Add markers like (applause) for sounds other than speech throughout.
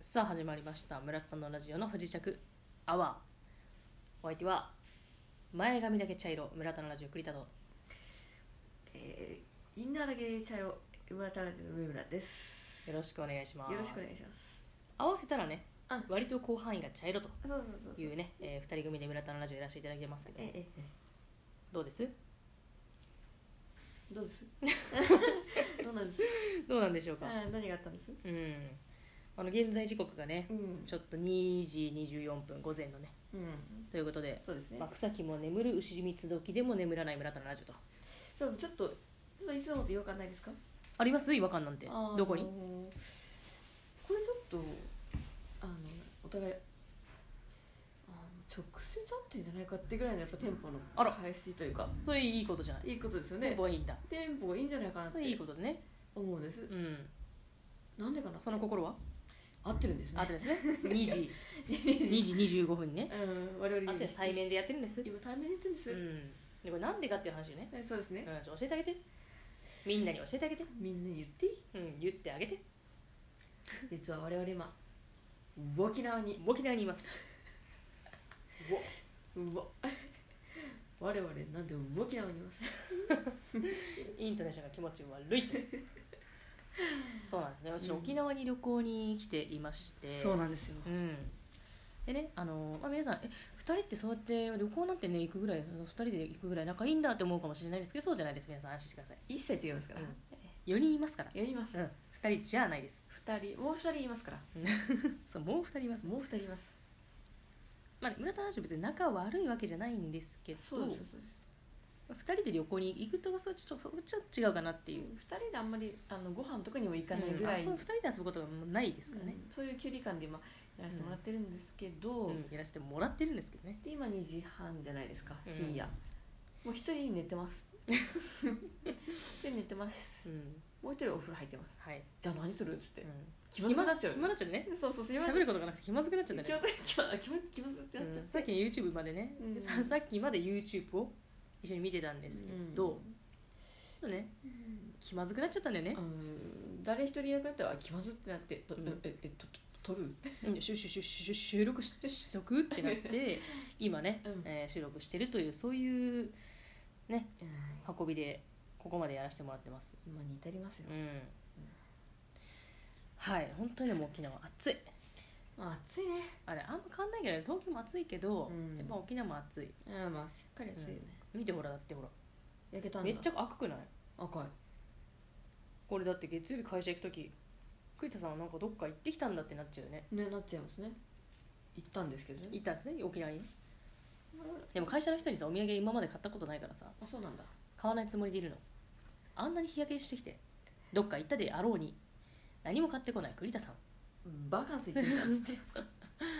さあ始まりました村田のラジオの不時着アワーお相手は前髪だけ茶色村田のラジオ栗田とえー、インナーだけ茶色村田ラジオの上村ですよろしくお願いしますよろしくお願いします合わせたらねあ割と広範囲が茶色とあそうそうそういそううね、え2人組で村田のラジオいらっしゃいただいてますけどええどうですえどうです (laughs) どうなんですどうなんでしょうかあー何があったんですうんあの現在時刻がねうんちょっと2時24分午前のねうんということでそうですねまあ草木も眠る牛蜜時でも眠らない村田のラジオとでもちょっとちょっといつもと違和感ないですかあります違和感なんてあーどこにこれちょっとあのお互いあの直接会ってんじゃないかってぐらいのやっぱテンポのあら開始というかそれいいことじゃないいいことですよテンねポはいいんだテンポがいいんじゃないかなっそれいいてことでね思うんですうんなんでかなその心は合ってるんですねあとですね2時2時25分にねうん、我々あとで対面でややってるんですうん今対面でやってるんです、でこれなんでかっていう話よねえそうですうねん、ちょっと教えてあげてみんなに教えてあげてみんな言っていいうん言ってあげて実は我々今沖縄に沖縄にいますうわ (laughs) 我々なんで沖縄にいますイントネーションが気持ち悪いとそうなんですね私沖縄に旅行に来ていましてなんですようんでねあのまあ、皆さんえ2人ってそうやって旅行なんてね行くぐらい2人で行くぐらい仲いいんだって思うかもしれないですけどそうじゃないです皆さん安心してください一切違いますから、うん4人いますから、やります、うん、2人じゃないです二人もう二人いますからそうもう2人いますもう二人いますまあね、村田氏は別に仲悪いわけじゃないんですけどそう2人で旅行に行くとかそうちょっとそこちょっと違うかなっていう二人であんまりあのご飯とかにも行かないぐらい、うんあそう2人で遊ぶことがもうないですからね、うんそういう距離感で今やらせてもらってるんですけど、うんやらせてもらってるんですけどねで今2時半じゃないですかうん深夜、もう一人寝てます (laughs) 一人寝てますうんもう一人お風呂入ってますはい、じゃあ何するっつっうてん、気まずくなっちゃ暇う暇なっちゃうねそうそうそう喋ることがなくて気まずくなっちゃ気うんまだずね、気まず気まず気まずってなっちゃっうんてさっきの YouTube までね、うんささっきまで YouTube を一緒に見てたんですけど、ちょっとねうん気まずくなっちゃったんだよねう、ん誰一人いなくなったらあ気まずってなってと、うんええとと取るうん、収収収収収録ししとくってなって (laughs) 今ね、うんえー収録してるというそういう運びでここまでやらせてもらってます今に至りますよう、んはい本当にでも沖縄暑いまあ、暑いねあれあんま変わんないけどね東京も暑いけど、うんやっぱ沖縄も暑いあまあしっかり暑いよね、見てほらだってほら焼けたんだめっちゃ赤くない赤いこれだって月曜日会社行く時栗田さんはなんかどっか行ってきたんだってなっちゃうよねねなっちゃいますね行ったんですけどね行ったんですね沖縄にでも会社の人にさお土産今まで買ったことないからさあそうなんだ買わないつもりでいるのあんなに日焼けしてきてどっか行ったであろうに何も買ってこない栗田 (laughs) さんバカンス行ってみたっつって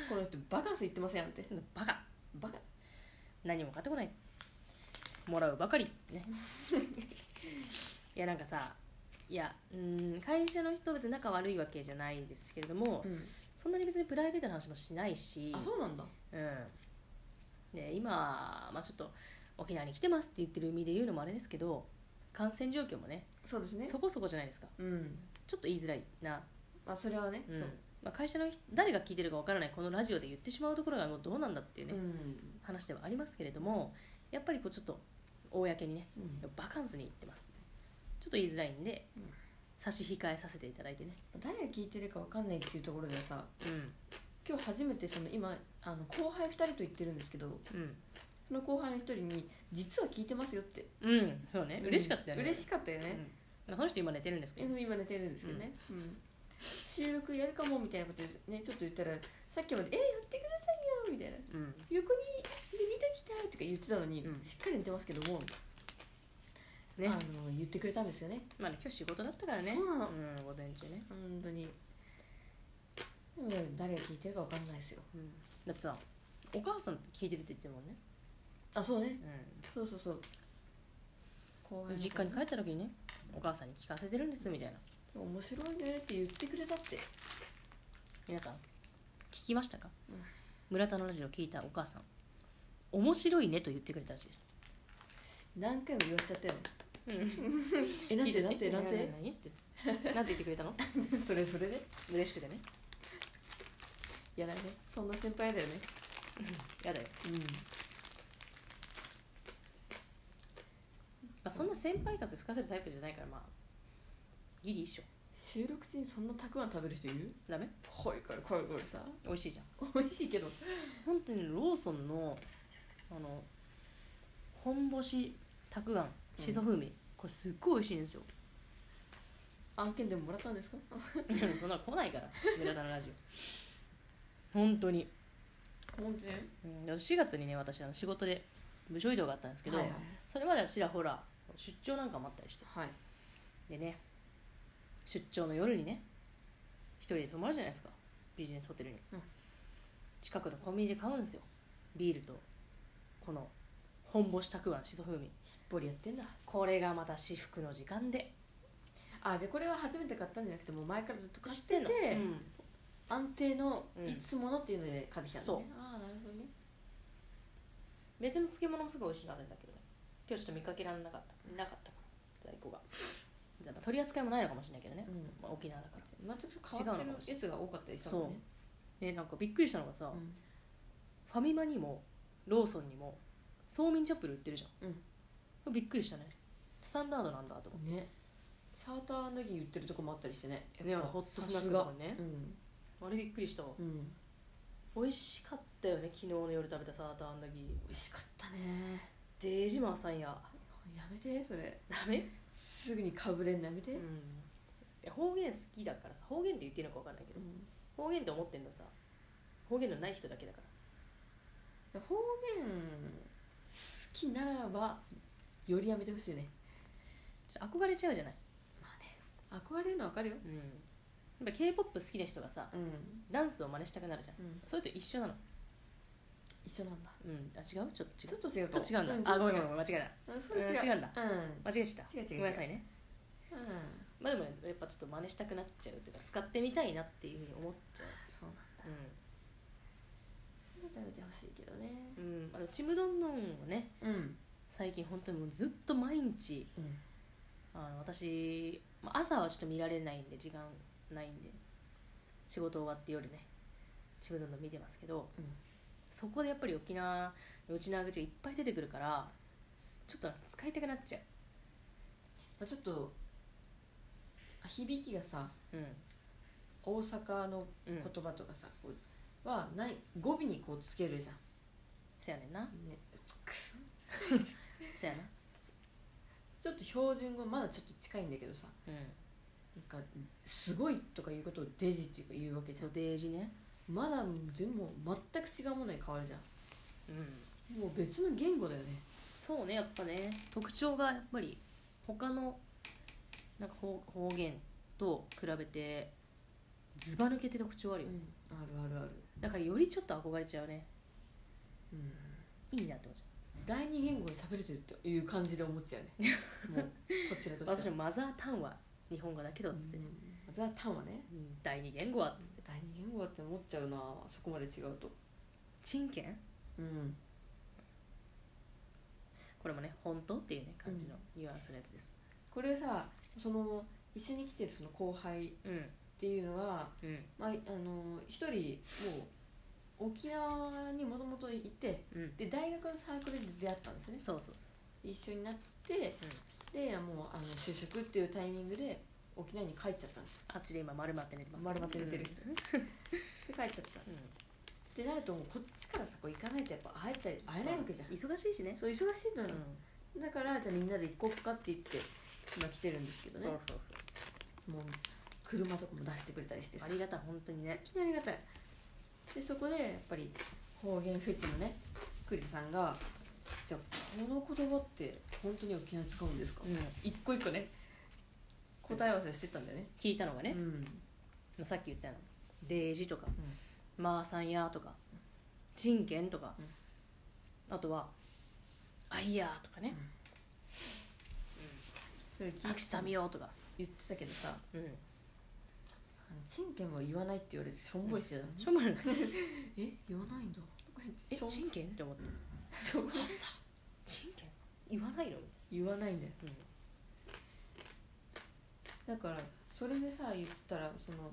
この人バカンス行ってませんやんってバカバカ何も買ってこないもらうばかり (laughs) ねいやなんかさいやうーん会社の人は別に仲悪いわけじゃないんですけれども、そんなに別にプライベートの話もしないしあそうなんだうん、で今、まあ、ちょっと沖縄に来てますって言ってる身で言うのもあれですけど感染状況もねそうですねそこそこじゃないですかうんちょっと言いづらいな、まあそれはね、うんそうまあ、会社の人誰が聞いてるかわからないこのラジオで言ってしまうところがもうどうなんだっていうね、うん話ではありますけれどもやっぱりこうちょっと公にねうんバカンスに行ってますちょっと言いづらいんで、うん差し控えさせていただいてね誰が聞いてるかわかんないっていうところではさう今日初めてその今あの後輩2人と言ってるんですけどんその後輩の1人に「実は聞いてますよ」ってうんうんそうね嬉しかったよね、嬉しかったよね、うんその人今寝てるんですけど今寝てるんですけどね、うん収録やるかもみたいなことねちょっと言ったらさっきまで「えやってくださいよ」みたいなうん横にで見ときたいとか言ってたのに、うんしっかり寝てますけども、ねあの言ってくれたんですよねまあね今日仕事だったからねそうなのん午前中ね、本当にでも誰が聞いてるかわかんないですようん、だってさお母さん聞いてるって言ってるもんね、あそうねそうそうそう後うん、実家に帰った時にねお母さんに聞かせてるんですみたいな面白いねって言ってくれたって皆さん聞きましたか、うん村田のラジオ聞いたお母さん面白いねと言ってくれたらしいです、何回も言わせちゃ (laughs) ったようん、 (laughs) えなんてなんてなん何て (laughs) 何ってなんて言ってくれたのそれそれで嬉しくてねやだねそんな先輩だよねやだよ、うんまあ、そんな先輩風吹かせるタイプじゃないからまあギリ一緒収録中にそんなたくあん食べる人いるダメこれこれこれこれさ美味しいじゃん美味しいけど本当にローソンのあの本干したくあんしそ風味、これすっごい美味しいんですよ (laughs) 案件でももらったんですかでもそんなの来ないからメラダのラジオ本当に、本当ねうん、4月にね私あの仕事で部署移動があったんですけど、はいそれまではちらほら出張なんかもあったりしてはいでね出張の夜にね一人で泊まるじゃないですかビジネスホテルに、うん近くのコンビニで買うんですよビールとこの本干したくあんしそ風味しっぽりやってんだこれがまた至福の時間であじゃあこれは初めて買ったんじゃなくてもう前からずっと買知っっててんの、てうん安定のうんいつものっていうので買ってきたんだね、ああなるほどね別の漬物もすごい美味しいのあるんだけどね今日ちょっと見かけられなかったなかったから在庫がだから取り扱いもないのかもしれないけどね、うまあ、沖縄だからん全く変わってるやつが多かったりしたもんねねなんかびっくりしたのがさ、うんファミマにもローソンにもソーミンチャップル売ってるじゃん、うんこれびっくりしたねスタンダードなんだと思ねサーターアンダギー売ってるとこもあったりしてねってねやっぱホットスナさッすクとがかねうんあれびっくりしたわうん美味しかったよね昨日の夜食べたサーターアンダギ美味しかったねーデージマーさんややめてそれダメ、すぐにかぶれんのやめて、うん、いや方言好きだからさ方言って言っていいのか分かんないけどうん方言って思ってんのさ方言のない人だけだから方言好きならばよりやめてほしいねちょっと憧れちゃうじゃない、まあね憧れるのはわかるようん、やっぱ k p o p 好きな人がさうん、ダンスを真似したくなるじゃんうん、それと一緒なの一緒なんだうんあ違うちょっと違ちょうっと違うちょっと違うんだ、あごめんごめんごめん間違えたあそれ違う、うん違うんだうん間違えちゃった違う違うご違うめんなさいねうんまあでもやっぱちょっと真似したくなっちゃうっていうか使ってみたいなっていうふうに思っちゃうんですよそうなんだ食べてほしいけどねうん、うん、あのちむどんどんをねうん最近本当にもうずっと毎日うんあの私、まあ、朝はちょっと見られないんで時間ないんで仕事終わって夜ねちむどんどん見てますけど、うんそこでやっぱり沖縄のうちな口がいっぱい出てくるからちょっと使いたくなっちゃまあ、ちょっとあ響きがさううん大阪のうん言葉とかさ、こうはない語尾にこうつけるじゃんせやねんなねくそせやなちょっと標準語まだちょっと近いんだけどさうんなんかすごいとかいうことをデジっていうか言うわけじゃそんうデージねまだ全部全く違うものに変わるじゃうんんもう別の言語だよねそうねやっぱね特徴がやっぱり他のなんか方方言と比べてずば抜けて特徴あるよ、ねあるあるある、だからよりちょっと憧れちゃうねうん、いいなって思っち第二言語で喋れてるっていう感じで思っちゃ (laughs) うねもうこちらとゃう私してのマザータンは日本語だけどっつって、うんザ・タンはねうん第二言語はっつって第二言語だって思っちゃうなそこまで違うと陳建うんこれもね本当っていうね感じのニュアンスのやつですこれさその一緒に来てるその後輩っうんていうのは、うんまあ、あの一人もう沖縄にもともといてうんで大学のサークルで出会ったんですよねそうそうそう一緒になって、でもうあの就職っていうタイミングで沖縄に帰っちゃったんですよあっちで今丸まって寝てます丸まって寝てるで帰っちゃったうんうんってなるともうこっちからさこう行かないとやっぱ会えたり会えないわけじゃん忙しいしねそう忙しいのうよ、だからじゃあみんなで行こうかって言って今来てるんですけどねそうそうそうもう車とかも出してくれたりしてあさりがたい本当にね本当にありがたいでそこでやっぱり方言フェチのね栗田さんが「じゃあこの言葉って本当に沖縄使うんですかうん一個一個ね答え合わせしてたんだよね聞いたのがね、うんまあさっき言ったの「デージ」とか「マーさんや」とか「人権」とか、あとは「あいや」とかねそれ「あきさ聞いみてよ」とか、言ってたけどさうん、あの「陳建は言わない」って言われてしょんぼりしてたのしょうがないえ言わないんだえしょん人権って思って「そうあっさ人権言わないの?」言わないんだようんだからそれでさ言ったらその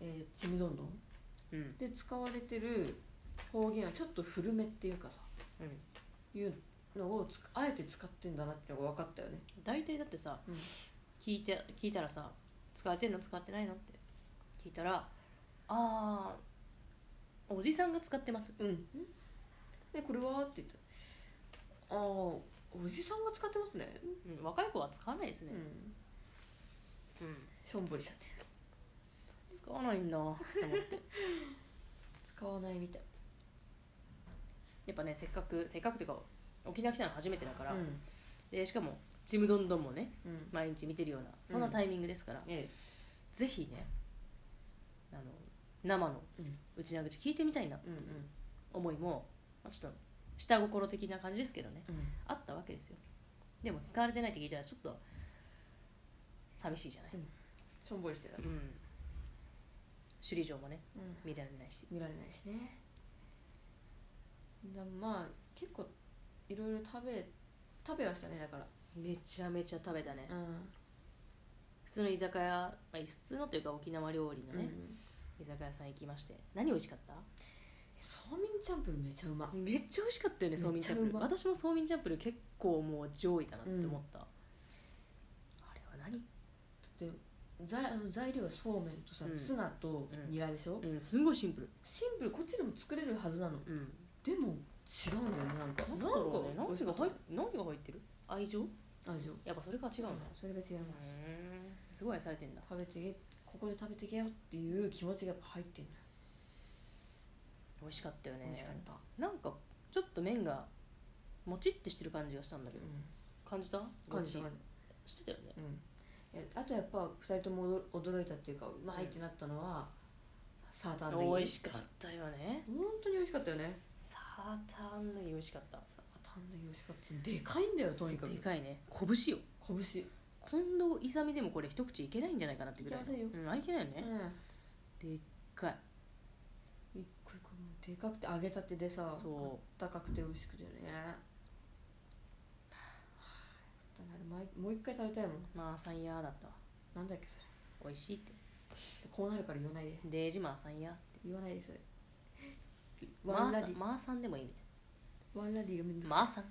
えー、ちむどんどんうんで使われてる方言はちょっと古めっていうかさうんいうのをつあえて使ってんだなってのが分かったよね大体だってさ、うん聞いて聞いたらさ使ってんの使ってないのって聞いたらあーおじさんが使ってますうんでこれはって言ってああおじさんが使ってますねうん、若い子は使わないですうね、んうんしょんぼりしちゃって使わないんだと思って使わないみたいやっぱねせっかくせっかくというか沖縄来たの初めてだから、うんでしかも「ちむどんどん」もねうん毎日見てるようなそんなタイミングですから、えぜひねあの生のえうん内縄口聞いてみたいなうん思いも、まあ、ちょっと下心的な感じですけどねうんうんあったわけですよでも使われてないって聞いたらちょっと寂しいじゃない、しょんぼりしてたうん首里城もねうん見られないし見られないしねだまあ結構いろいろ食べ食べはしたねだからめちゃめちゃ食べたね、うん普通の居酒屋、まあ、普通のというか沖縄料理のうね、ん居酒屋さん行きまして何美味しかったそうみんチャンプルめちゃうまめっちゃ美味しかったよねソーミンチャンプめっルちゃうま私もソーミンチャンプル結構もう上位だなって思った、あれは何だって材あの材料はそうめんとさ、うんツナとニラでしょ、うんすんごいシンプルシンプルこっちでも作れるはずなのうんでも違うんだよねなんか何だろうねなん何かが入っ何が入ってる愛情味をやっぱそれが違うんだそれが違いまうすんすごい愛されてんだ食べてけここで食べてけよっていう気持ちがやっぱ入ってんのよ美味しかったよね美味しかった、なんかちょっと麺がもちってしてる感じがしたんだけどう感じたん、感じたも感ちしてたよねじうんいやあとやっぱ2人とも驚驚いたっていうかうまいってなったのは、サーターアンダギー美味しかったよね本当に美味しかったよねサーターアンダギー美味しかったサーターアンダギー美味しかったでかいんだよとにかくでかいね拳よ拳近藤勇でもこれ一口いけないんじゃないかなってぐらいのいけませんうん、あいけないよね、うんでっかい一個一個もうでかくて揚げたてでさそうあったかくて美味しくてねはあだから毎もう一回食べたいもんマーサンヤーだったわなんだっけそれ美味しいってこうなるから言わないでデージマーサンヤー言わないでそれワマンーラサリンマーサンでもいいみたいワンラリがめんどくなマーサン、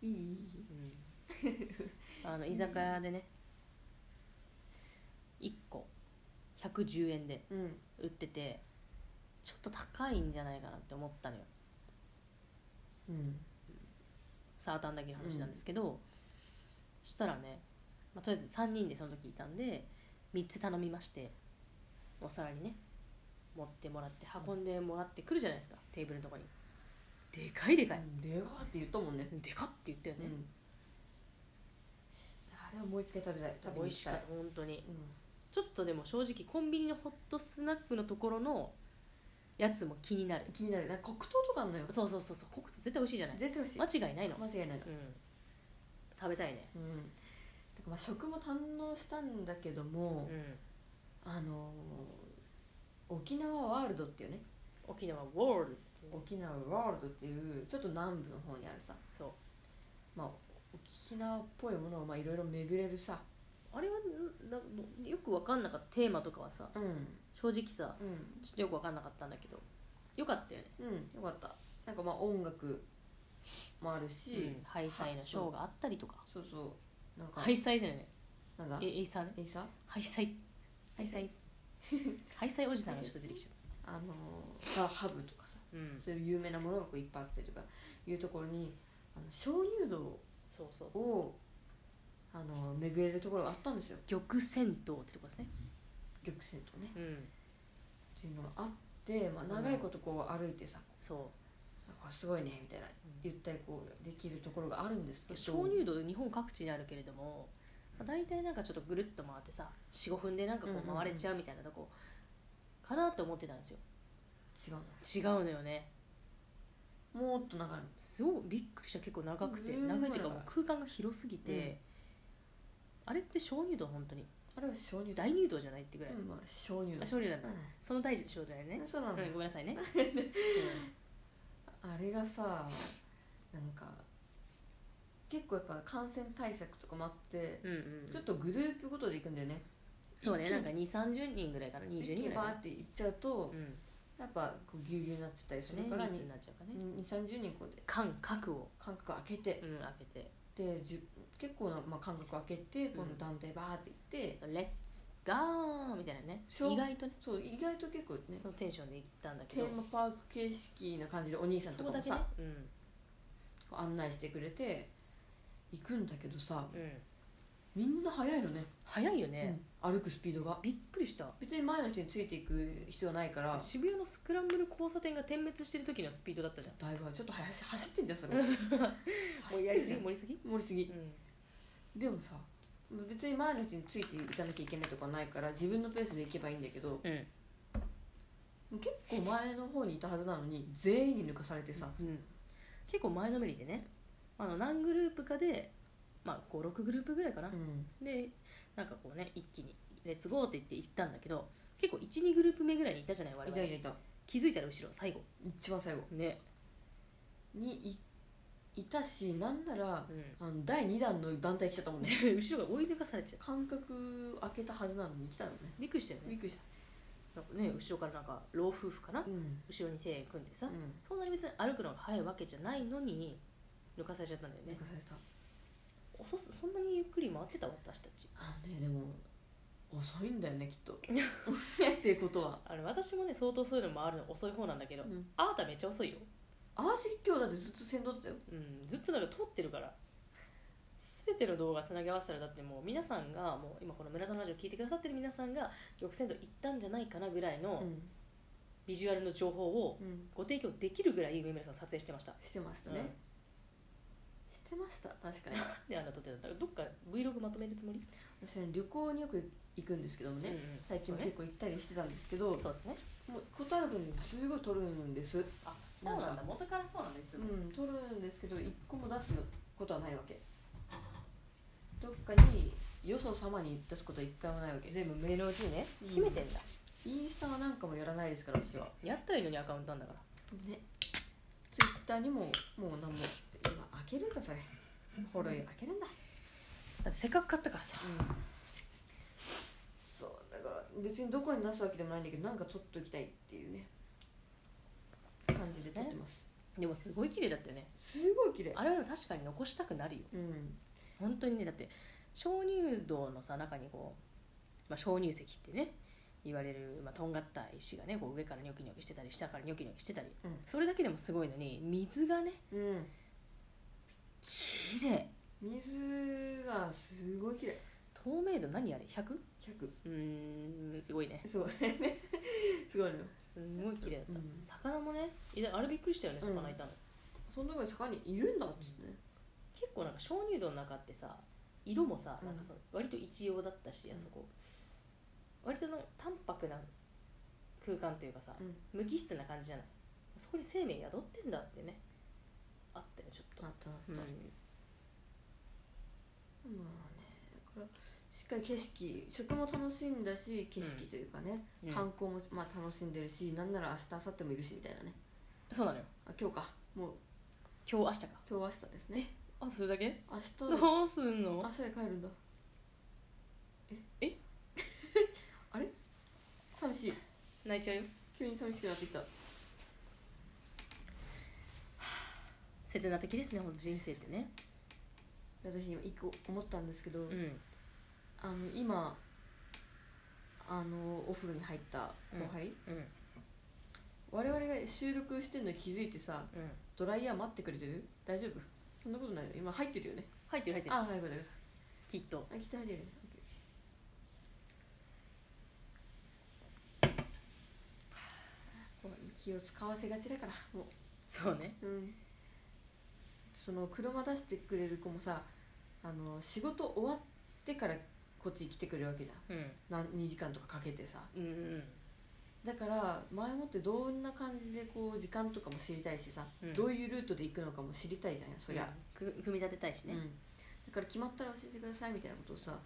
いいいいいいあの居酒屋でね1個110円でうん売っててちょっと高いんじゃないかなって思ったのようんサーターアンダギーの話なんですけど、そしたらね、まあ、とりあえず3人でその時いたんで3つ頼みましてお皿にね持ってもらって運んでもらってくるじゃないですかテーブルのとこにでかいでかい、でかって言ったもんねでかって言ったようね、んあれはもう一回食べたい食べ美に味行しきたかっいた本当にうんちょっとでも正直コンビニのホットスナックのところのやつも気になる気になるなんか黒糖とかあんのよそうそうそうそうコクと絶対美味しいじゃない絶対美味しい間違いないの、間違いないのうん、食べたいねうんだからまあ食も堪能したんだけどうも、んあのー沖縄ワールドっていうね沖縄ワールド沖縄ワールドっていうちょっと南部の方にあるさ、そうまあ、沖縄っぽいものをまあいろいろ巡れるさ、あれはんだよく分かんなかったテーマとかはさうん正直さうんちょっとよく分かんなかったんだけどよかったよね、よかったなんかまあ音楽もあるし、うん、ハイサイのショーがあったりとかそうそうなんか、ハイサイじゃないなんだえエイサーねえいさハイサイハイ (laughs) サイハイサイおじさんがちょっと出てきちゃっあのーさハブとかさた、うん、そういう有名なものがこういっぱいあったりとかいうところにあの鍾乳洞そうそうそうをあの巡れるところがあったんですよ玉泉洞ってとこですね、玉泉とねうん、っていうのがあって、まあ、長いことこう歩いてさ、そあすごいねみたいなゆったりこうできるところがあるんですけうど鍾乳洞日本各地にあるけれども、まあ、大体なんかちょっとぐるっと回ってさ45分でなんかこうんうんううん回れちゃうみたいなとこかなって思ってたんですよ違う違うのよねのもっと長いのすごいびっくりした結構長くてうん長いっていうかもう空間が広すぎて、うんあれって鍾乳洞本当にあれは鍾乳洞大乳洞じゃないってぐらい、うんまあ鍾乳洞あ鍾乳洞なんだ、うその大事洞じゃないねん、そうなうの、ん、ごめんなさい (laughs) ね、あれがさなんか結構やっぱ感染対策とかもあってうん、うんうんちょっとグループごとで行くんだよねそうね一気なんにか2 3 0人ぐらいかな一20気人にぐバらーいって行っちゃうと、うん、やっぱこうぎゅうぎゅうになっちゃったりすそるれか、かららに密になっちゃうからね2 3 0人こうで間隔を、間隔空けてうん、開けてでじゅ結構な、まあ、間隔空けてこうのん団体バーって行って、 「レッツゴー!」みたいなねそう意外とねそう意外と結構ねそのテンションで行ったんだけテどーマパーク形式な感じでお兄さんそとこかだもけねうさ、んこう案内してくれて行くんだけどさうん、みんな早いのね、早いよね、うん歩くスピードがびっくりした別に前の人についていく必要はないから渋谷のスクランブル交差点が点滅してる時のスピードだったじゃんだいぶちょっと走走ってんじゃんそれうん走もうっやりてんすぎじゃん盛りすぎ、盛りすぎうん、でもさ別に前の人についていかなきゃいけないとかないから自分のペースで行けばいいんだけどうん結構前の方にいたはずなのに全員に抜かされてさうん、結構前のめりでねあの何グループかで、まあ、56グループぐらいかな、うんでなんかこうね一気に「レッツゴー」って言って行ったんだけど結構12グループ目ぐらいにいたじゃない我い々たいたいた気づいたら後ろ最後一番最後ね、にいいたしなんならうん (laughs) あの第2弾の団体来ちゃったもんね後ろが追い抜かされちゃう間隔開けたはずなのに来たのねびっくりしたよびねっくりしなんかね後ろからなんか老夫婦かなたうん、後ろに手組んでうさ、ん、そんなに別に歩くのが早いわけじゃないのに抜かされちゃったんだよ抜ねかされた遅すそんなにゆっくり回ってた私たちあのねでも遅いんだよねきっと (laughs) っていうことは、あの私もね相当そういうの回るの遅い方なんだけど、うん、あなためっちゃ遅いよあわせ今日だってずっと先導だったようん、ずっとなんか通ってるから全ての動画つなぎ合わせたらだってもう皆さんがもう今この村田のラジオ聞いてくださってる皆さんが玉泉洞行ったんじゃないかなぐらいのん、ビジュアルの情報をうん、ご提供できるぐらい梅村さん撮影してました、してましたうんね、してました確かになんであんな撮ってたんだろうどっか Vlog まとめるつもり、私は旅行によく行くんですけどもね、うんうん最近もそうね結構行ったりしてたんですけど、そうですねもう蛍君にすごい撮るんですあそうなんだ元からそうなんだいつうん、取るんですけど一個も出すことはないわけどっかによそ様に出すことは一回もないわけ全部胸のうちにねうん秘めてんだ、インスタはなんかもやらないですから私はやったらいいのにアカウントなんだからねツイッターにももう何も今開けるんだそれフォロー開けるんだだってせっかく買ったからさうんそうだから別にどこに出すわけでもないんだけどなんか取っときたいっていうね感じで撮ってます、でもすごい綺麗だったよねすごい綺麗あれは確かに残したくなるようん本当にねだって鍾乳洞のさ中にこう、まあ、鍾乳石ってね言われる、まあ、とんがった石がねこう上からニョキニョキしてたり下からニョキニョキしてたり、うんそれだけでもすごいのに水がねうん綺麗水がすごい綺麗透明度何あれ 100? 100うーんすごいねすごい (laughs) すごいのよすんごい綺麗だった、うん魚もねいやあれびっくりしたよねうん魚いたの、その中に魚にいるんだっつってね結構なんか鍾乳洞の中ってさ色もさ、うんなんかその割と一様だったし、あそこ割との淡白な空間というかさ、うん無機質な感じじゃないそこに生命宿ってんだってねあったよちょっとあったなったうんまあねだからしっかり景色食も楽しんだし景色というかね、うん観光もまあ楽しんでるしなんなら明日明後日もいるしみたいなねそうなのよあ今日かもう今日明日か今日明日ですねあとそれだけ明日でどうすんの明日で帰るんだええ (laughs) あれ寂しい泣いちゃうよ急に寂しくなってきた切な的ですね本当人生ってね私今一個思ったんですけど、うんあの今あのお風呂に入った後輩、うん我々が収録してるのに気づいてさうんドライヤー待ってくれてる大丈夫そんなことないよ今入ってるよね入ってる入ってるあはいごめんなさいきっとあきっと入ってるよねオッケーオッケーこう気を使わせがちだからもそうねううんその車出してくれる子もさあの仕事終わってからこっちに来てくれるわけじゃんうんなん2時間とかかけてさうんうんだから前もってどんな感じでこう時間とかも知りたいしさ、うんどういうルートで行くのかも知りたいじゃんそりゃ、うんく組み立てたいしうんねだから決まったら教えてくださいみたいなことをさ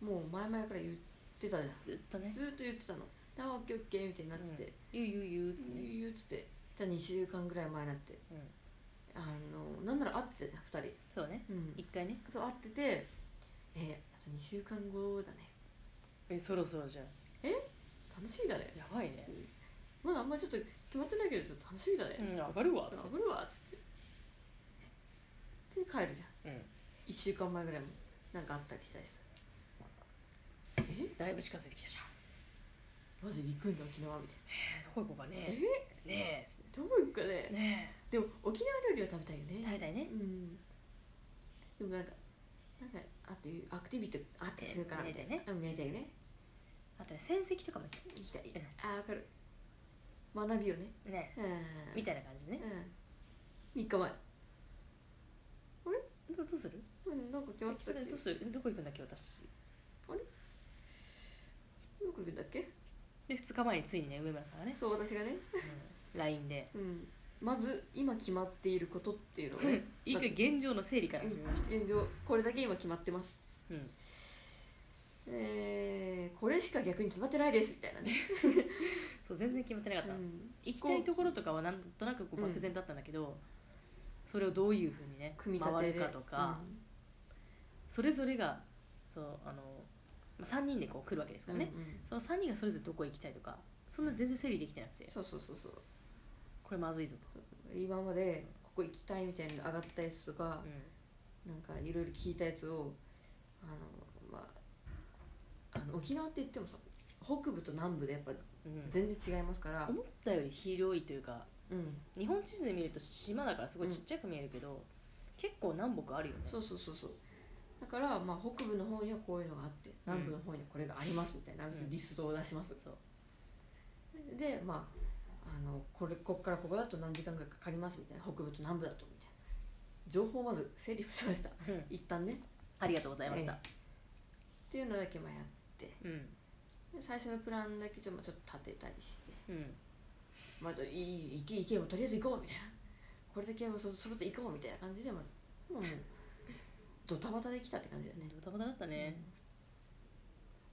もう前々から言ってたじゃずっとんねずっと言ってたの「あオッケーオッケー」みたいになっててゆうゆうゆうっ「つっ言うて言う」っつってじゃあ2週間ぐらい前になってうんあのなんなら会ってたじゃん2そうね人、うん一回ねそう会ってて「えー、あと2週間後だねえそろそろじゃん楽しみだねやばいねまだあんまりちょっと決まってないけどちょっと楽しみだね、うん上がるわあ送るわっつってで帰るじゃんうん1週間前ぐらいもなんかあったりしたりさえだいぶ近づいてきたじゃんつってマジで行くんだ沖縄みたいえどこ行こうかなねえねえつっどこ行くかてねねでも沖縄料理は食べたいよえね食べたいねうんでもなんかなんかあっていうアクティビティあってするからみたいな見えうん見えたいねあとね戦績とかも行きたういんああ分かる学びよねねうんみたいな感じねうん3日前どうするうんなんか決まってたっけどうするどこ行くんだっけ私どこ行くんだっけで2日前についにね上村さんがねそう私がね LINE でうんまず今決まっていることっていうのをね「いいか現状の整理から始めました現状これだけ今決まってます」うんえー、これしか逆に決まってないですみたいなね、そう全然決まってなかうったん、行きたいところとかはなんとなくこううん漠然だったんだけどそれをどういうふうにね組み立回てるでかとかそれぞれがそうあのまあ3人でこう来るわけですうかんらねうんうんその3人がそれぞれどこ行きたいとかそんな全然整理できてなくてそうそうそうそうこれまずいぞそう今までここ行きたいみたいなの上がったやつとかと、なんかいろいろ聞いたやつをあのまああの沖縄って言ってもさ北部と南部でやっぱうんうん全然違いますから、思ったより広いというかうん、日本地図で見ると島だからすごいちっちゃく見えるけど、結構南北あるよねそうそうそうそうだからまあ北部の方にはこういうのがあって南部の方にはこれがありますみたいな、うんリストを出します、そうでまああのこれこっからここだと何時間ぐらいかかりますみたいな北部と南部だとみたいな情報をまず整理をしましたうん一旦ねっありがとうございました、ていうのだけまあやってうんで最初のプランだけちょ,、まあ、ちょっと立てたりしてうんまあといい行け行けもうとりあえず行こうみたいなこれだけもうそそろっと行こうみたいな感じでまずもうもうドタバタできたって感じだよねドタバタだったね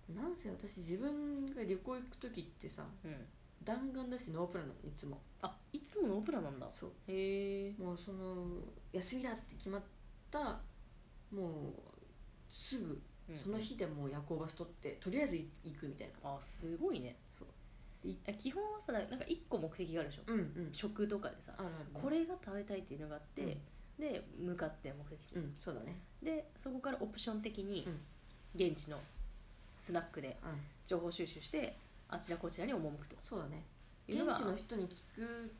うんなんせ私自分が旅行行く時ってさうん、弾丸だしノープランなのいつもあいつものオプラなんだそうへえもうその休みだって決まったもうすぐその日でもう夜行バス取ってとりあえずい行くみたいなあすごいねそういえ基本はさなんか1個目的があるでしょ、うんうん食とかでさあるあるこれが食べたいっていうのがあって、で向かって目的地、うんそうだねでそこからオプション的にうん現地のスナックでうん情報収集してあちらこちらに赴くとそうだねい現うのが地の人に聞く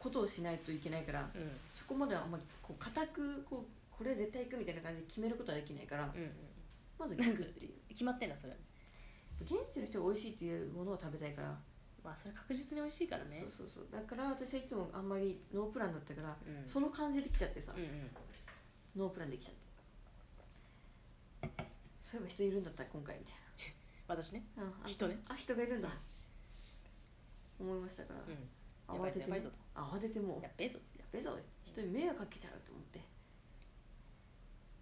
ことをしないといけないからうんそこまではあんまりこう固くこうこれ絶対行くみたいな感じで決めることはできないからうんうんまず聞くっていう決まってんだそれ現地の人が美味しいっていうものを食べたいからまあそれ確実に美味しいからねそうそうそうだから私はいつもあんまりノープランだったから、うんその感じで来ちゃってさ、うんうんノープランで来ちゃってそういえば人いるんだった今回みたい私ねな、あ人ねあ人がいるんだ思いましたから、うんやば慌いてぞやてばもいぞ慌ててもうとやっべえぞっつってやべえぞ人に迷惑かけちゃうと思って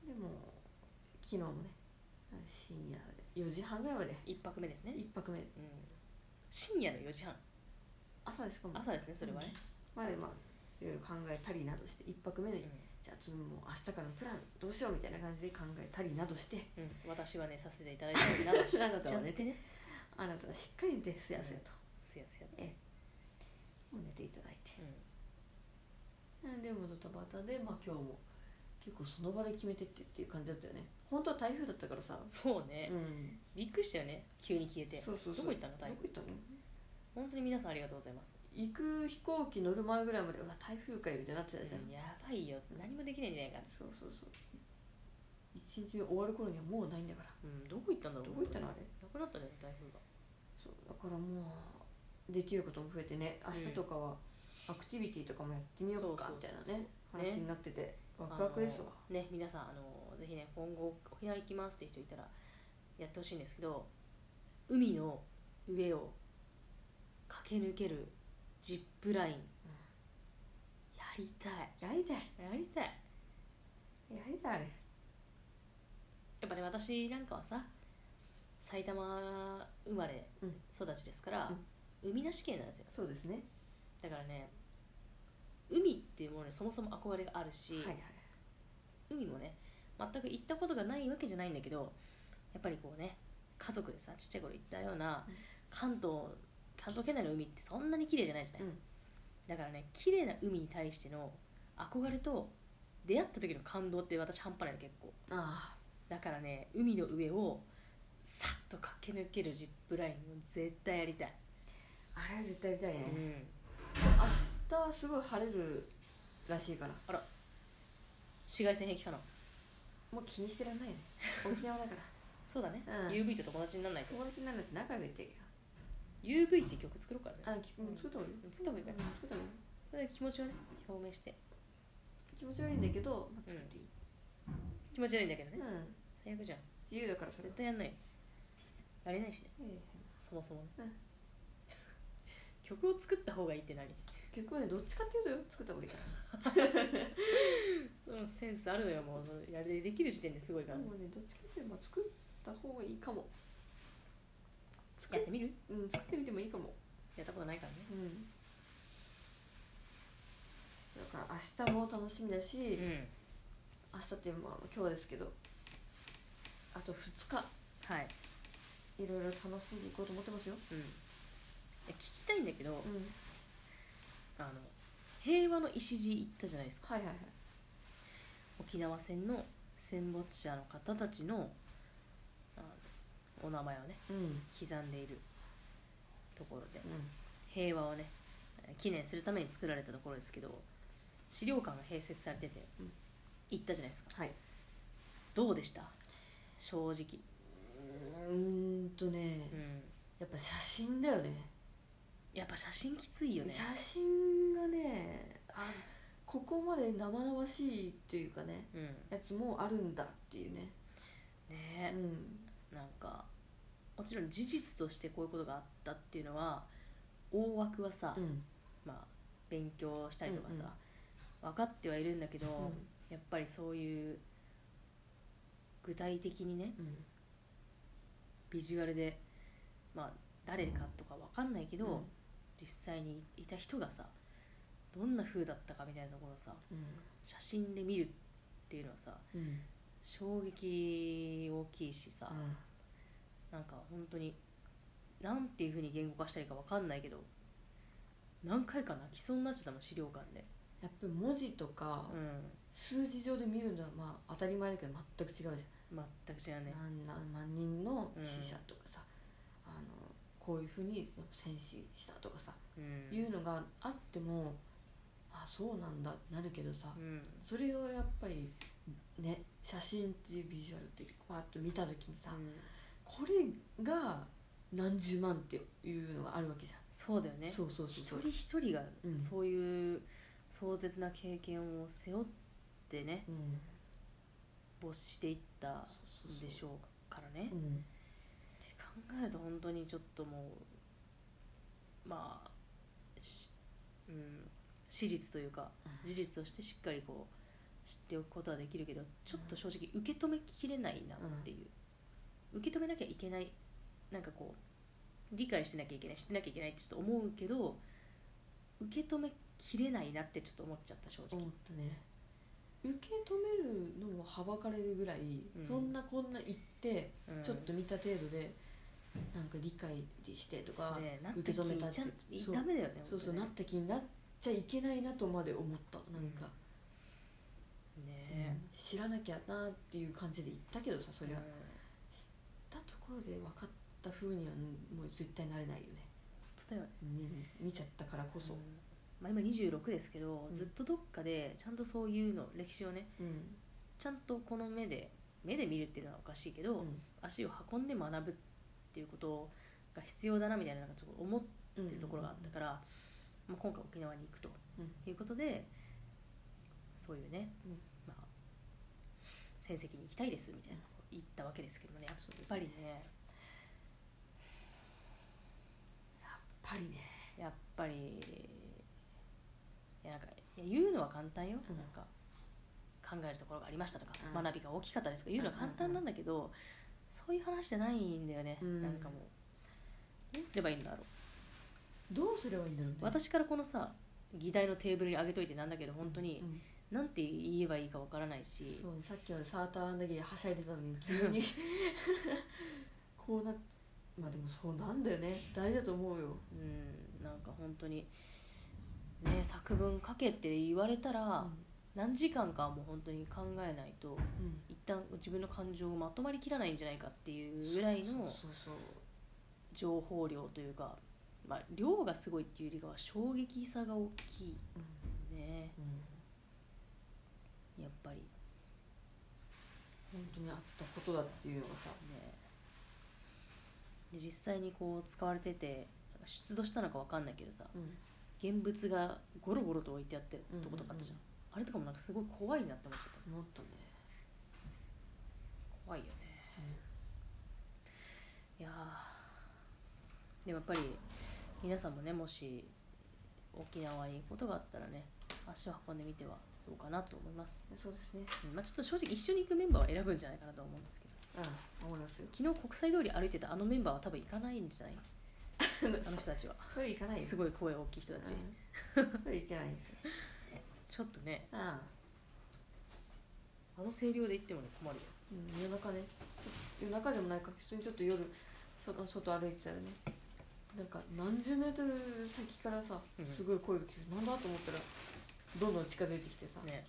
でも昨日もね深夜4時半ぐらいまで一泊目ですね、 1泊目うん、深夜の4時半朝ですかも朝ですねそれはね、までまあいろいろ考えたりなどして1泊目うんにじゃあちょっともう明日からのプランどうしようみたいな感じで考えたりなどしてうん私はねさせていただいたりなどし (laughs) あなたは寝てねあなたはしっかり寝てすやすやと、すやすやとええもう寝ていただいてうんうんでもドタバタでまあ今日も結構その場で決めてってっていう感じだったよね本当は台風だったからさそうね、うんびっくりしたよね急に消えてそうそうそどうこ行ったの台どこ行風ったの本当に皆さんありがとうございます行く飛行機乗る前ぐらいまでうわ台風かよみたいになってたじゃん、やばいよ何もできないんじゃないかっつってそうそうそう一日目終わる頃にはもうないんだからうんどこ行ったんだろうどこ行ったのあれなくなったね台風がそうだからもうできることも増えてね明日とかはアクティビティとかもやってみようかそうみそたうそいうなねね話になっててワクワクですわあのね皆さんあのぜひね今後沖縄行きますって人いたらやってほしいんですけど海の上を駆け抜けるジップライン、やりたいやりたいやりたいやりたいあれやっぱね私なんかはさ埼玉生まれうん育ちですから、海なし県なんですよそうですねだからね海っていうものにそもそも憧れがあるし、はいはい海もね全く行ったことがないわけじゃないんだけどやっぱりこうね家族でさちっちゃい頃行ったようなうん関東関東県内の海ってそんなに綺麗じゃないじゃない、うんだからね綺麗な海に対しての憧れと出会った時の感動って私半端ないの結構あだからね海の上をさっと駆け抜けるジップラインを絶対やりたい、ああれは絶対やりたいうね、ん、明日すごい晴れるらしいから紫外線平気かなもう気にしてらんないよね沖縄だ (laughs) からそうだね、うん UV と友達にならないと友達になるなんて仲良く言ってるよ UV って曲作ろうからねあき作った方がいいよ作った方がいいかうらん作った方がいいよそれで気持ちをね表明して気持ち悪いんだけど、まあ、作っていい、気持ち悪いんだけどうんね最悪じゃん自由だからそれ絶対やんないよやれないしねえそもそもね、うん曲を作った方がいいって何え結構ねどっちかっていうとよ作った方がいいからうんセンスあるのよもうやれできる時点ですごいから、でもねどっちかっていうと、まあ、作った方がいいかも作やっってみるうん、作ってみてもいいかもやったことないからねうんだから明日も楽しみだし、うん明日っていうまあ今日ですけどあと2はい、日いろいろ楽しんでいこうと思ってますようん、いや聞きたいんだけど、うんあの平和の礎行ったじゃないですかはいはいはい沖縄戦の戦没者の方たちのあのお名前をねうん刻んでいるところでうん平和をね記念するために作られたところですけど資料館が併設されててうん行ったじゃないですかはいどうでした正直、うーんとねうん、やっぱ写真だよねやっぱ写真きついよね写真がねあここまで生々しいというかねうんやつもあるんだっていうねうねんなんかもちろん事実としてこういうことがあったっていうのは大枠はさ、うんまあ、勉強したりとかさ、うん分かってはいるんだけど、うんやっぱりそういう具体的にねうんビジュアルで、まあ、誰かとか分かんないけど、実際にいた人がさどんな風だったかみたいなところをさう写真で見るっていうのはさんうん衝撃大きいしさ、なんか本当になんていう風に言語化したらいいか分かんないけど何回か泣きそうになっちゃったもん資料館で、やっぱり文字とかう数字上で見るのはまあ当たり前だけど全く違うじゃんん、全く知らない、何何万人の死者とかさ、あのこういうふうに戦死したとかさ、うんいうのがあってもあそうなんだってなるけどさ、うんそれをやっぱりね写真っていうビジュアルってパッと見た時にさ、うんこれが何十万っていうのがあるわけじゃん、そうだよねそうそう一そう人一人がうんそういう壮絶な経験を背負ってねうん、没していったそうそうそでしょうからねう、うん、って考えると本当にちょっともうまあしうん史実というかうん事実としてしっかりこう知っておくことはできるけどちょっと正直受け止めきれないなっていう、受け止めなきゃいけないなんかこう理解してなきゃいけない知ってなきゃいけないってちょっと思うけど受け止めきれないなってちょっと思っちゃった正直、思ったね受け止めるのもはばかれるぐらい、うんそんなこんな言ってうんちょっと見た程度でなんか理解してとか、ねな受け止めたってちゃんそうダメだよねそうそう本当なねった気になっちゃいけないなとまで思ったなんか、ね知らなきゃなっていう感じで言ったけどさそれは、うんだところで分かった風にはもう絶対なれないよね、そうだよね見見ちゃったからこそうん、まあ、今26ですけど、うんずっとどっかでちゃんとそういうの歴史をねうんちゃんとこの目で目で見るっていうのはおかしいけど、足を運んで学ぶっていうことが必要だなみたいななんかちょっと思ってうんるところがあったから、まあ、今回沖縄に行くとうんいうことでそういうね、うんまあ、成績に行きたいですみたいなことを言ったわけですけどもねやっぱりねパリねやっぱりいやなんかいや言うのは簡単よ、うんなんか考えるところがありましたとか、うん学びが大きかったですとか言うのは簡単なんだけど、そういう話じゃないんだよね、うんなんかもうどうすればいいんだろう、どうすればいいんだろうね私からこのさ議題のテーブルに上げといてなんだけど本当にうんなんて言えばいいかわからないし (laughs) そうさっきはサーターアンダギーはしゃいでたのに急にここうなまあでもそうなんだよね大事だと思うようんなんか本当にね作文書けって言われたら、何時間かはもう本当に考えないとうん一旦自分の感情をまとまりきらないんじゃないかっていうぐらいのそうそう情報量というか、まあ、量がすごいっていうよりかは衝撃さが大きいそうねうん、うんやっぱり本当にあったことだっていうのがさねで実際にこう使われてて出土したのか分かんないけどさうん現物がゴロゴロと置いてあってるとことかあったじゃん,、うあれとかもなんかすごい怖いなって思っちゃった思ったね怖いよね、いやーでもやっぱり皆さんもねもし沖縄に行くことがあったらね足を運んでみてはどうかなと思います、そうですねうんまあ、ちょっと正直一緒に行くメンバーは選ぶんじゃないかなと思うんですけどうん思いますよ昨日国際通り歩いてたあのメンバーは多分行かないんじゃない (laughs) あの人たちはそれ行かないよすごい声大きい人たち、うんそれ行けないですよちょっとねあああの声量で行ってもね困るようん夜中ねちょ夜中でもないか普通にちょっと夜外外歩いてたらねなんか何十メートル先からさうんすごい声が聞こえて、なんだと思ったらどんどん近づいてきてさ、ね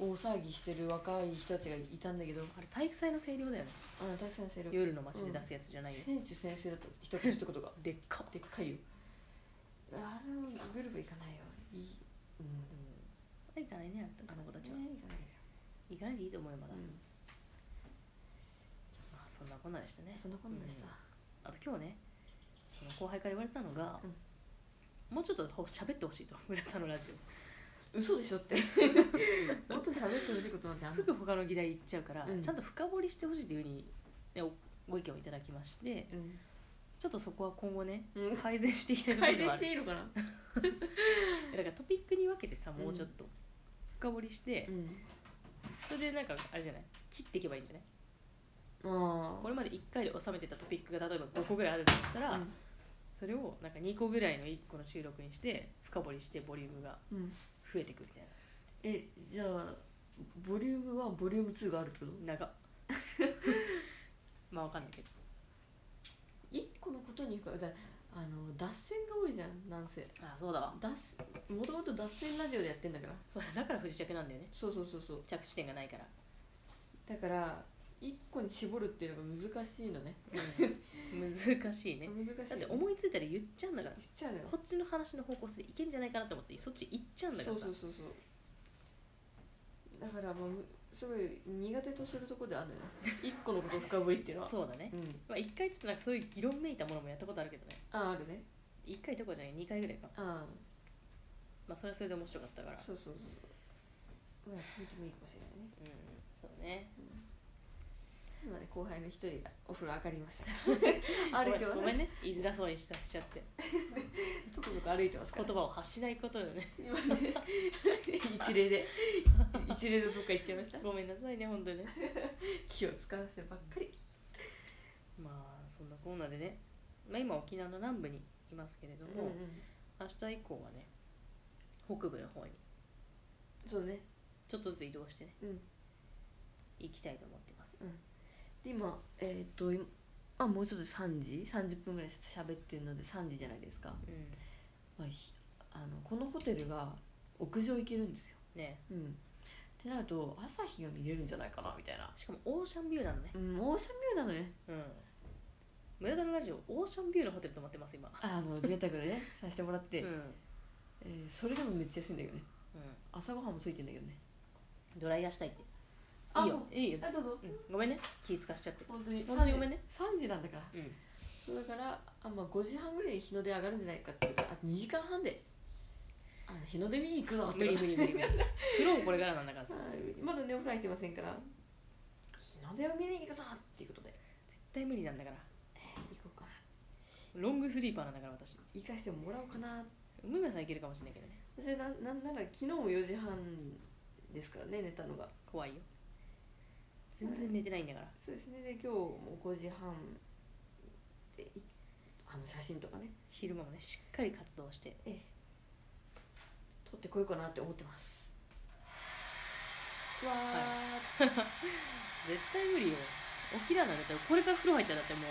大騒ぎしてる若い人たちがいたんだけどあれ体育祭の声量だよねあのたくさんせる夜の街で出すやつじゃないよ、選手先生だった人がいるってことがでっかでっかいよあれのグループ行かないよいいうんで行もかないねあの子たちは、ね行かないよ、行かないでいいと思うよまだ、うんまあそんなこんなでしたねそんなことないさ、あと今日ねその後輩から言われたのが、うんもうちょっとほ喋ってほしいと (laughs) 村田のラジ嘘でし (laughs) ょってもっと喋ってほしいことオなんてあんすぐ他の議題行っちゃうから、うんちゃんと深掘りしてほしいというふうに、ね、おご意見をいただきましてうんちょっとそこは今後ねうん改善していきたいところ改で善はあるしていいのかなだからトピックに分けてさうんもうちょっと深掘りして、うんそれでなんかあれじゃない切っていけばいいんじゃないあこれまで1回で収めてたトピックが例えば5個ぐらいあるとしたら、あそれをなんか2個ぐらいの1個の収録にして深掘りしてボリュームがうん、うん、増えていくみたいえじゃあボリューム1ボリューム2があるってことな長っ (laughs) まあわかんないけど1個のことに一個だあの脱線が多いじゃんなんせあそうだわ脱線もともと脱線ラジオでやってんだからそうだから不時着なんだよねそうそうそうそう着地点がないから、だから1個に絞るっていうのが難しいのね難しいね難しいだって思いついたら言っちゃうんだから言っちゃうのよこっちの話の方向性でいけんじゃないかなと思ってそっち行っちゃうんだかそらうさそうそうそうだからまあむすごい苦手とするとこであ (laughs) るのよ1個のことを深掘りっていうのはそうだね、うんまあ、1回ちょっとなんかそういう議論めいたものもやったことあるけどねああるね1回とかじゃない2回ぐらいかあまあそれはそれで面白かったかあらそうそうそうまあ聞いてもいいかもしれないねうんそうね今ね後輩の一人がお風呂上がり (laughs) ましたごめ歩いんてますごめんね言いづらそうにしちゃってとことこ歩いてますか言ら葉を発しないことだね今ね一例で一例でどっか行っちゃいましたごめんなさいね本当にね気を使わせばっかりまあそんなコーナーでね、まあ、今沖縄の南部にいますけれども、明日以降はね北部の方にそうねちょっとずつ移動してねうん行きたいと思ってますで今えっ、と今あもうちょっと3時30分ぐらい喋ってるので3時じゃないですか、うんまあ、ひあのこのホテルが屋上行けるんですよねうんってなると朝日が見れるんじゃないかなみたいなしかもオーシャンビューなのねうんオーシャンビューなのねうん村田のラジオオーシャンビューのホテル泊まってます今あの贅沢でねさせてもらって、うん、うえーそれでもめっちゃ安いんだけどねん、朝ごはんもついてんだけどねドライヤーしたいってあいいよいいよ、あどうぞうん、ごめんね気使しちゃって本当に本当にごめんね3時なんだからうんそうだからあ、まあ、5時半ぐらいに日の出上がるんじゃないかってことあと2時間半であの日の出見に行くぞって無こ理と無理無理無理風呂もこれからなんだからさはいまだねお風呂入ってませんから日の出を見に行くぞっていうことで絶対無理なんだから行こうかなロングスリーパーなんだから私行かしてもらおうかな梅宮さんいけるかもしれないけどねそれなんなんなら昨日も4時半ですからね寝たのが怖いよ全然寝てないんだからそうですねで今日も5時半でいあの写真とかね昼間もねしっかり活動して撮ってこようかなって思ってますわー、絶対無理よ起きらないんだったらこれから風呂入ったらだってもう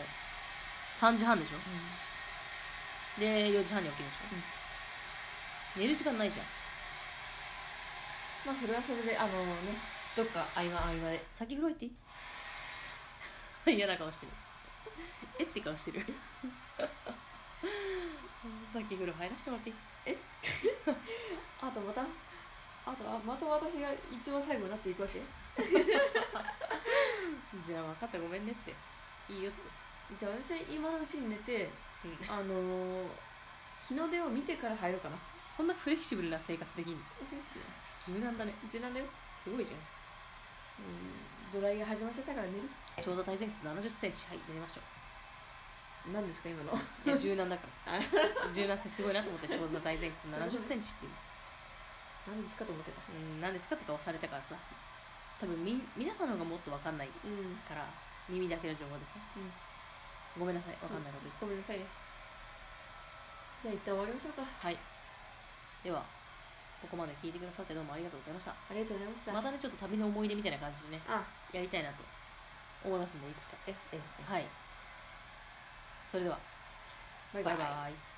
3時半でしょで4時半に起きるでしょ、寝る時間ないじゃんまあそれはそれであのねどっか合間合間で先風呂入っていい (laughs) 嫌な顔してるえって顔してる (laughs) 先風呂入らせてもらっていいあとまたあとあまた私が一番最後になっていくわけじゃあ分かったごめんねっていいよってじゃあ私は今のうちに寝てうんあの (laughs) ー日の出を見てから入ろうかなそんなフレキシブルな生活できんの柔軟だねうちなんだよ、すごいじゃうん、ドライヤー始まっちゃったから寝るんちょうど体前屈7 0センチはい寝ましょ何ですか今のういや柔軟だから (laughs) さ柔軟性すごいなと思ってちょうど体前屈7 0センチっていう何ですかと思ってたうん何ですかって顔されたからさ多分み皆さんの方がもっと分かんないかうん、うん、ら耳だけの情報でさごめんなさい分かんないこと言って、ごめんなさいねじゃあ一旦終わりましょうかはいではここまで聞いてくださってどうもありがとうございましたありがとうございましたまたねちょっと旅の思い出みたいな感じでねあやりたいなと思いますんでいつかええはいそれではバイババイイバイ